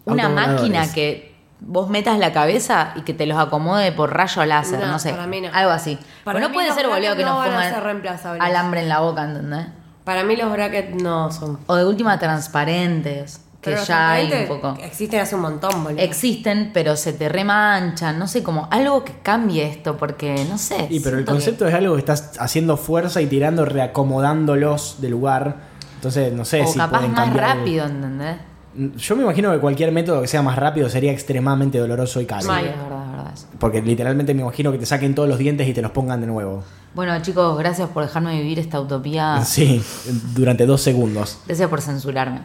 una Autovoladores. máquina que vos metas la cabeza y que te los acomode por rayo láser, no, No, sé, para mí no. algo así. Para Pero mí no puede los ser, boludo, brackets que no nos van a pongan ser reemplazables. alambre en la boca, ¿entendés? Para mí los brackets no son... O de última transparentes, que Pero los ya hay un brackets poco. Existen hace un montón, boludo. Existen, pero se te remanchan, no sé, como algo que cambie esto, porque no sé. Y siento pero el que- concepto es algo que estás haciendo fuerza y tirando, reacomodándolos de lugar. Entonces, no sé O si capaz pueden más cambiar el- rápido, ¿entendés? Yo me imagino que cualquier método que sea más rápido sería extremadamente doloroso y caro. Sí, Mal. es verdad, es verdad eso. Porque literalmente me imagino que te saquen todos los dientes y te los pongan de nuevo. Bueno, chicos, gracias por dejarme vivir esta utopía. [LAUGHS] Sí, durante dos segundos. Gracias por censurarme.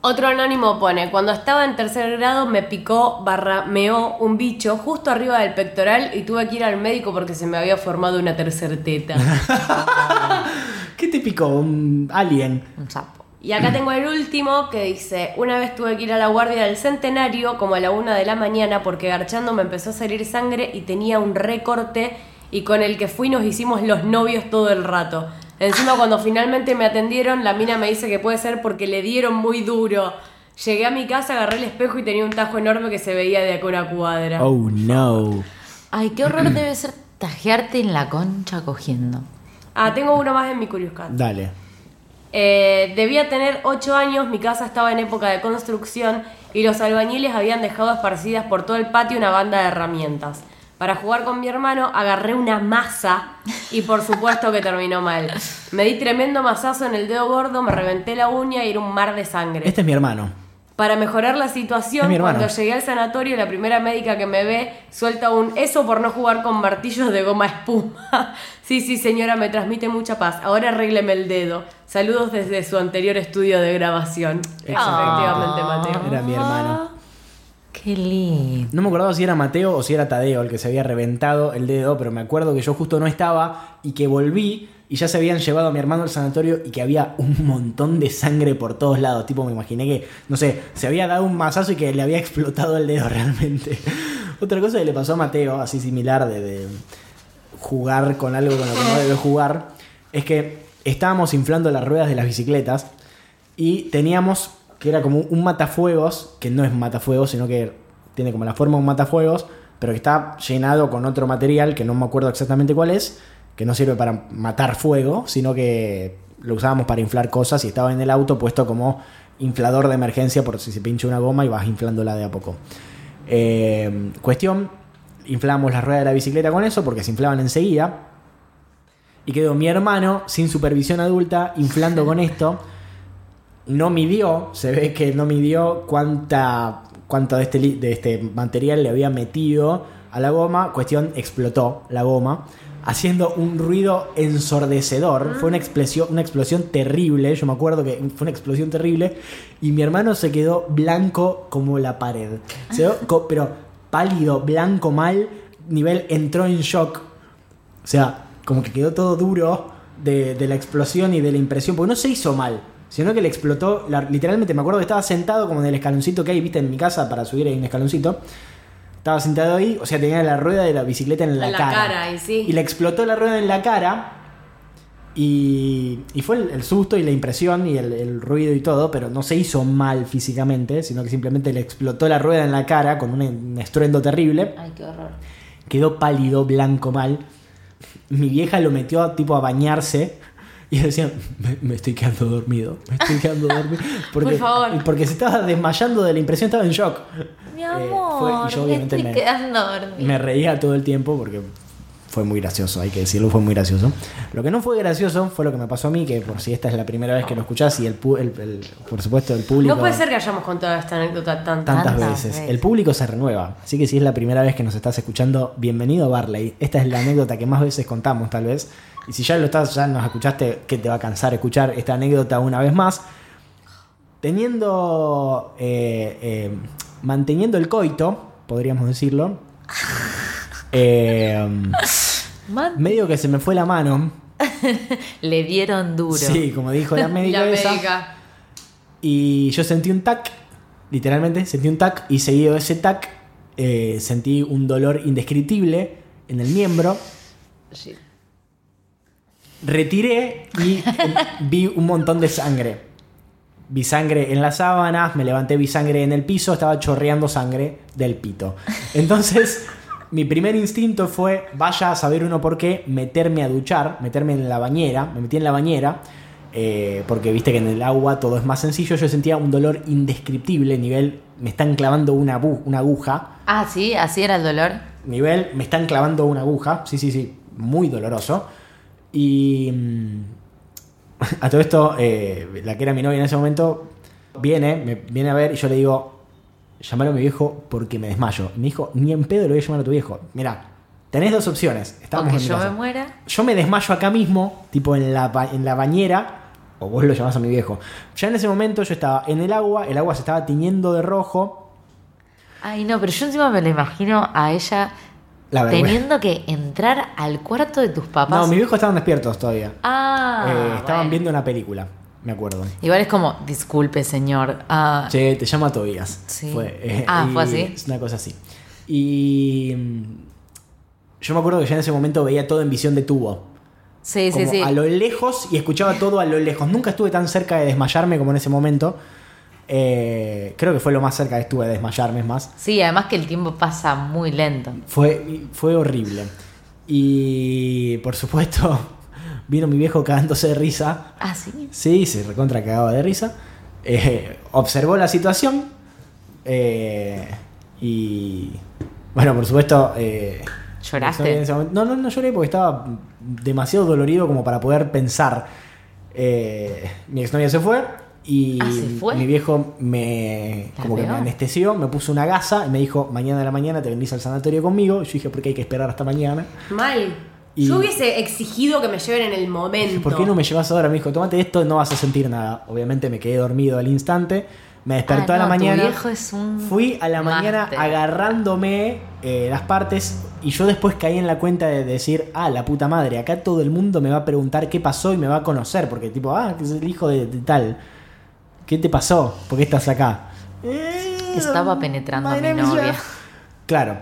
Otro anónimo pone, cuando estaba en tercer grado me picó barra meó un bicho justo arriba del pectoral y tuve que ir al médico porque se me había formado una tercer teta. ¿Qué te picó? Un alien. Un sapo. Y acá tengo el último que dice, una vez tuve que ir a la guardia del centenario como a la una de la mañana porque garchando me empezó a salir sangre y tenía un recorte y con el que fui nos hicimos los novios todo el rato. Encima cuando finalmente me atendieron, la mina me dice que puede ser porque le dieron muy duro. Llegué a mi casa, agarré el espejo y tenía un tajo enorme que se veía de acá a una cuadra. Oh no. Ay, qué [CLEARS THROAT] horror debe ser tajearte en la concha cogiendo. Ah, tengo uno más en mi Curious Cat. Dale. Eh, debía tener 8 años, mi casa estaba en época de construcción y los albañiles habían dejado esparcidas por todo el patio una banda de herramientas. Para jugar con mi hermano agarré una masa y por supuesto que terminó mal. Me di tremendo mazazo en el dedo gordo, me reventé la uña y era un mar de sangre. Este es mi hermano. Para mejorar la Es mi situación, hermano. cuando llegué al sanatorio, la primera médica que me ve suelta un eso por no jugar con martillos de goma espuma. [LAUGHS] sí, sí, señora, me transmite mucha paz. Ahora arrégleme el dedo. Saludos desde su anterior estudio de grabación. Ah. Efectivamente, Mateo. Era mi hermano. Qué lindo. No me acordaba si era Mateo o si era Tadeo el que se había reventado el dedo, pero me acuerdo que yo justo no estaba y que volví y ya se habían llevado a mi hermano al sanatorio y que había un montón de sangre por todos lados. Tipo, me imaginé que, no sé, se había dado un mazazo y que le había [LAUGHS] explotado el dedo realmente. [LAUGHS] Otra cosa que le pasó a Mateo, así similar de, de jugar con algo con lo que no debe jugar, es que estábamos inflando las ruedas de las bicicletas y teníamos que era como un matafuegos, que no es matafuegos, sino que tiene como la forma de un matafuegos, pero que está llenado con otro material que no me acuerdo exactamente cuál es, que no sirve para matar fuego, sino que lo usábamos para inflar cosas y estaba en el auto puesto como inflador de emergencia por si se pincha una goma y vas inflándola de a poco. Eh, cuestión, inflamos la rueda de la bicicleta con eso porque se inflaban enseguida. Y quedó mi hermano sin supervisión adulta inflando con esto no midió, se ve que no midió cuánta, cuánto de este, li- de este material le había metido a la goma. Cuestión, explotó la goma, haciendo un ruido ensordecedor. Fue una explosión, una explosión terrible, yo me acuerdo que fue una explosión terrible. Y mi hermano se quedó blanco como la pared. Se quedó co- pero pálido, blanco mal, nivel entró en shock. O sea, como que quedó todo duro de, de la explosión y de la impresión, porque no se hizo mal, sino que le explotó, la- literalmente me acuerdo que estaba sentado como en el escaloncito que hay, viste, en mi casa para subir ahí un escaloncito. Estaba sentado ahí, o sea, tenía la rueda de la bicicleta en la, En la cara, y sí. le explotó la rueda en la cara. Y, y fue el, el susto y la impresión y el, el ruido y todo, pero no se hizo mal físicamente, sino que simplemente le explotó la rueda en la cara con un, un estruendo terrible Ay, qué horror. quedó pálido, blanco mal. Mi vieja lo metió a, tipo a bañarse y decía, me, me estoy quedando dormido, me [LAUGHS] estoy quedando dormido. Porque, favor. y Porque se estaba desmayando de la impresión, estaba en shock. Mi Eh, amor, fue- y yo me obviamente estoy me- quedando dormida. me reía todo el tiempo porque fue muy gracioso, hay que decirlo, fue muy gracioso. Lo que no fue gracioso fue lo que me pasó a mí, que por si esta es la primera vez que lo escuchás y el, pu- el- el- por supuesto el público... No puede ser que hayamos contado esta anécdota tanto. Tantas, Tantas veces. veces. El público se renueva. Así que si es la primera vez que nos estás escuchando, bienvenido Barley. Esta es la anécdota que más veces contamos, tal vez. Y si ya lo estás, ya nos escuchaste, que te va a cansar escuchar esta anécdota una vez más. Teniendo. eh, eh, manteniendo el coito, podríamos decirlo. eh, Man, medio que se me fue la mano. le dieron duro. Sí, como dijo la médica. la esa. médica. Y yo sentí un tac, literalmente sentí un tac y seguido de ese tac eh, sentí un dolor indescriptible en el miembro. Sí. Retiré y eh, vi un montón de sangre. Vi sangre en las sábanas, me levanté, vi sangre en el piso, estaba chorreando sangre del pito. Entonces, mi primer instinto fue, vaya a saber uno por qué, meterme a duchar, meterme en la bañera, me metí en la bañera, eh, porque viste que en el agua todo es más sencillo, yo sentía un dolor indescriptible, nivel, me están clavando una, agu- una aguja, Ah, sí, así era el dolor. nivel, me están clavando una aguja. Sí, sí, sí, muy doloroso. Y mm, [LAUGHS] a todo esto, eh, la que era mi novia en ese momento, viene, me viene a ver y yo le digo, llamar a mi viejo porque me desmayo. Y me dijo, ni en pedo le voy a llamar a tu viejo. Mirá, tenés dos opciones. Estamos Aunque en mi yo casa me muera. yo me desmayo acá mismo, tipo en la, ba- en la bañera, o vos lo llamás a mi viejo. Ya en ese momento yo estaba en el agua, el agua se estaba tiñendo de rojo, Ay, no, pero yo encima me lo imagino a ella La vergüenza. teniendo que entrar al cuarto de tus papás. No, mis viejos estaban despiertos todavía. Ah, Eh, estaban bueno. viendo una película. me acuerdo. Igual es como, disculpe, señor. ah, Che, te llama Tobías. Sí. Fue, eh, Ah, y ¿fue así? Es una cosa así. Y mm, yo me acuerdo que ya en ese momento veía todo en visión de tubo. sí, sí, como sí. A lo lejos y escuchaba todo a lo lejos. Nunca estuve tan cerca de desmayarme como en ese momento. Eh, creo que fue lo más cerca que estuve de desmayarme, es más. Sí, además que el tiempo pasa muy lento. Fue, fue horrible. Y por supuesto, [LAUGHS] vino mi viejo cagándose de risa. Ah, sí. Sí, se recontra cagaba de risa. Eh, observó la situación. eh, y. Bueno, por supuesto. eh, en ¿Lloraste? ese momento- No, no, no lloré porque estaba demasiado dolorido como para poder pensar. Eh, mi exnovia se fue y Ah, ¿se fue? mi viejo me La como que me pegó. anestesió, me puso una gasa y me dijo, mañana de la mañana te vendís al sanatorio conmigo. Yo dije, ¿por qué hay que esperar hasta mañana? Mal. Y- Yo hubiese exigido que me lleven en el momento. ¿Por qué no me llevas ahora? Me dijo, tomate esto, no vas a sentir nada. Obviamente me quedé dormido al instante. Me despertó Ah, a la no, tu mañana. viejo es un fui a la mañana máster. agarrándome eh, las partes y yo después caí en la cuenta de decir, ah, la puta madre, acá todo el mundo me va a preguntar qué pasó y me va a conocer. Porque tipo, ah, que es el hijo de, de tal. ¿Qué te pasó? ¿Por qué estás acá? Estaba penetrando a mi Madre mía. novia. Claro.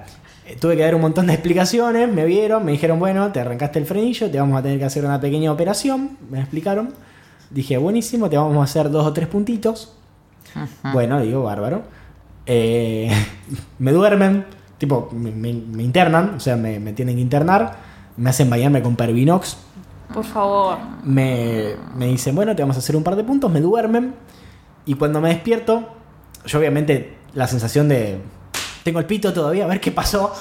Eh, Tuve que dar un montón de explicaciones, me vieron, me dijeron, bueno, te arrancaste el frenillo, te vamos a tener que hacer una pequeña operación, me explicaron. Dije, buenísimo, te vamos a hacer dos o tres puntitos. Bueno, digo, bárbaro. Eh, [LAUGHS] me duermen, tipo, me, me- me internan, o sea, me, me tienen que internar, me hacen bañarme con Pervinox, Por favor. me, me dicen, bueno, te vamos a hacer un par de puntos, me duermen. Y cuando me despierto, yo obviamente la sensación de, tengo el pito todavía, a ver qué pasó,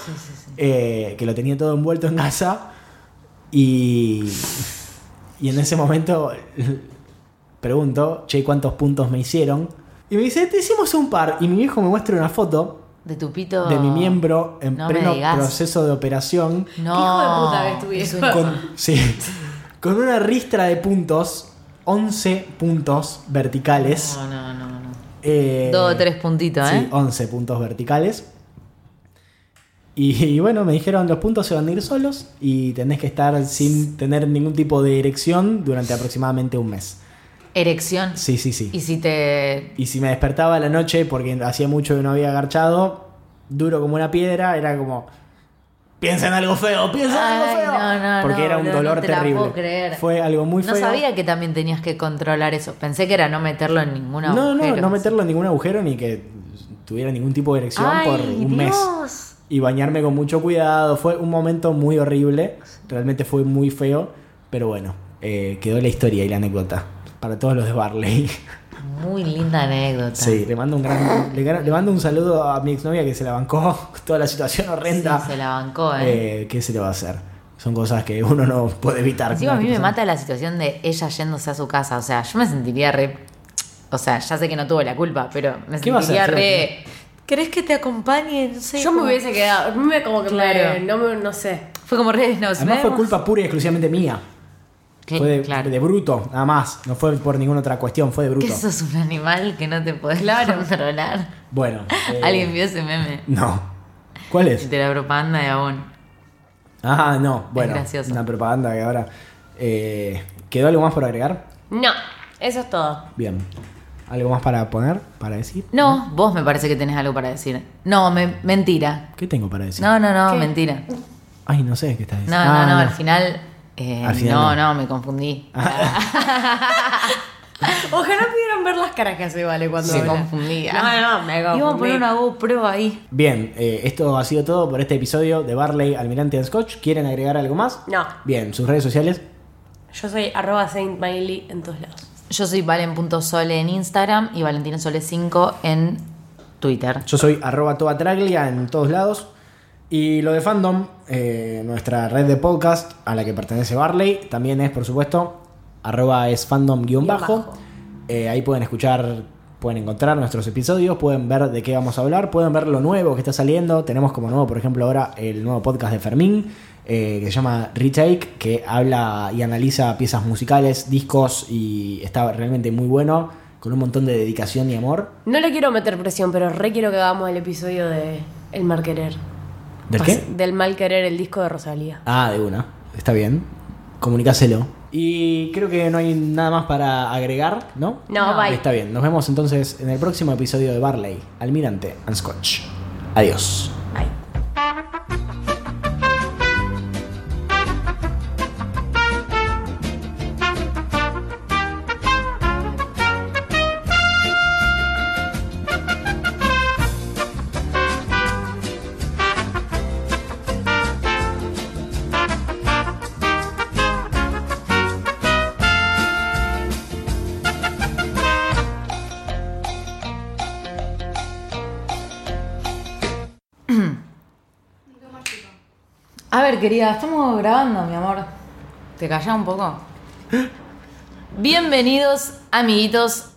eh, que lo tenía todo envuelto en gasa. Y, y en ese momento [LAUGHS] pregunto, che, ¿cuántos puntos me hicieron? Y me dice, te hicimos un par. Y mi viejo me muestra una foto De tu pito. de mi miembro en no me pleno digas. proceso de operación No. Hijo de puta que es tu es viejo. un- con, [LAUGHS] sí, con una ristra de puntos, 11 puntos verticales. No, no, no. no. eh, Ah. Dos o tres puntitos, Sí, oh, ¿eh? 11 puntos verticales. Y, y bueno, me dijeron los puntos se van a ir solos y tenés que estar sin tener ningún tipo de erección durante aproximadamente un mes. Erección. Sí, sí, sí. Y si te. Y si me despertaba a la noche porque hacía mucho que no había agarchado, duro como una piedra, era como. Piensa en algo feo, piensa en algo Ay, feo. no, no, porque no, era un boludo, no dolor te la terrible. puedo creer. Fue algo muy no feo. sabía que también tenías que controlar eso. Pensé que era no meterlo en ninguna. no, no, no meterlo en ningún agujero ni que tuviera ningún tipo de erección Ay, por un mes. Dios. Y bañarme con mucho cuidado. Fue un momento muy horrible. Realmente fue muy feo. Pero bueno, eh, quedó la historia y la anécdota. Para todos los de Barley. Muy linda anécdota. Sí, le mando un gran, le, gra- le mando un saludo a mi exnovia que se la bancó [LAUGHS] toda la situación horrenda. Sí, se la bancó, ¿eh? Eh, ¿Qué se le va a hacer? Son cosas que uno no puede evitar. Encima a mí me Una mata la situación de ella yéndose a su casa. O sea, yo me sentiría re. O sea, ya sé que no tuve la culpa, pero me ¿Qué vas a sentiría hacer, re. ¿Querés que te acompañe? No sé. Yo me como- hubiese quedado. a mí me como que me- Claro. no, me- no sé. Fue como re. Nos Además fue vemos. culpa pura y exclusivamente mía. Cl- Fue de, claro. de bruto, nada más. No fue por ninguna otra cuestión, fue de bruto. Que sos un animal que no te podés controlar. Bueno. [LAUGHS] eh, Alguien vio ese meme No. ¿Cuál es? de la propaganda de Avon. Ah, no. Bueno, gracioso. una propaganda que ahora... eh, ¿Quedó algo más por agregar? No, eso es todo. Bien. ¿Algo más para poner? ¿Para decir? No, vos me parece que tenés algo para decir. No, me- mentira. ¿Qué tengo para decir? No, no, no, mentira. Ay, no sé qué estás No, diciendo. no, Ah, no, al final. eh, Al final no, no. Ah, no, me confundí. Ojalá pudieran ver las caras que hace Vale cuando Se habla. confundía. No, no, me confundí. Íbamos a poner una GoPro ahí. Bien, eh, esto ha sido todo por este episodio de Barley, Almirante and Scotch. ¿Quieren agregar algo más? No. Bien, sus redes sociales. Yo soy arroba Saint Miley en todos lados. Yo soy valen.sole en Instagram y valentinasole5 en Twitter. Yo soy arroba toda traglia en todos lados. Y lo de Fandom, eh, nuestra red de podcast a la que pertenece Barley, también es, por supuesto, arroba es fandom-bajo. Eh, ahí pueden escuchar, pueden encontrar nuestros episodios, pueden ver de qué vamos a hablar, pueden ver lo nuevo que está saliendo. Tenemos como nuevo, por ejemplo, ahora el nuevo podcast de Fermín, eh, que se llama Retake, que habla y analiza piezas musicales, discos, y está realmente muy bueno, con un montón de dedicación y amor. No le quiero meter presión, pero re quiero que hagamos el episodio de El Mal Querer. ¿Del Del Mal Querer, el disco de Rosalía. Ah, de una. Está bien. Comunicáselo. Y creo que no hay nada más para agregar, ¿no? No, bye. Está bien. Nos vemos entonces en el próximo episodio de Barley, Almirante and Scotch. Adiós. Ay. A ver, querida, estamos grabando, mi amor. [GASPS] ¿Te callás un poco? Bienvenidos, amiguitos,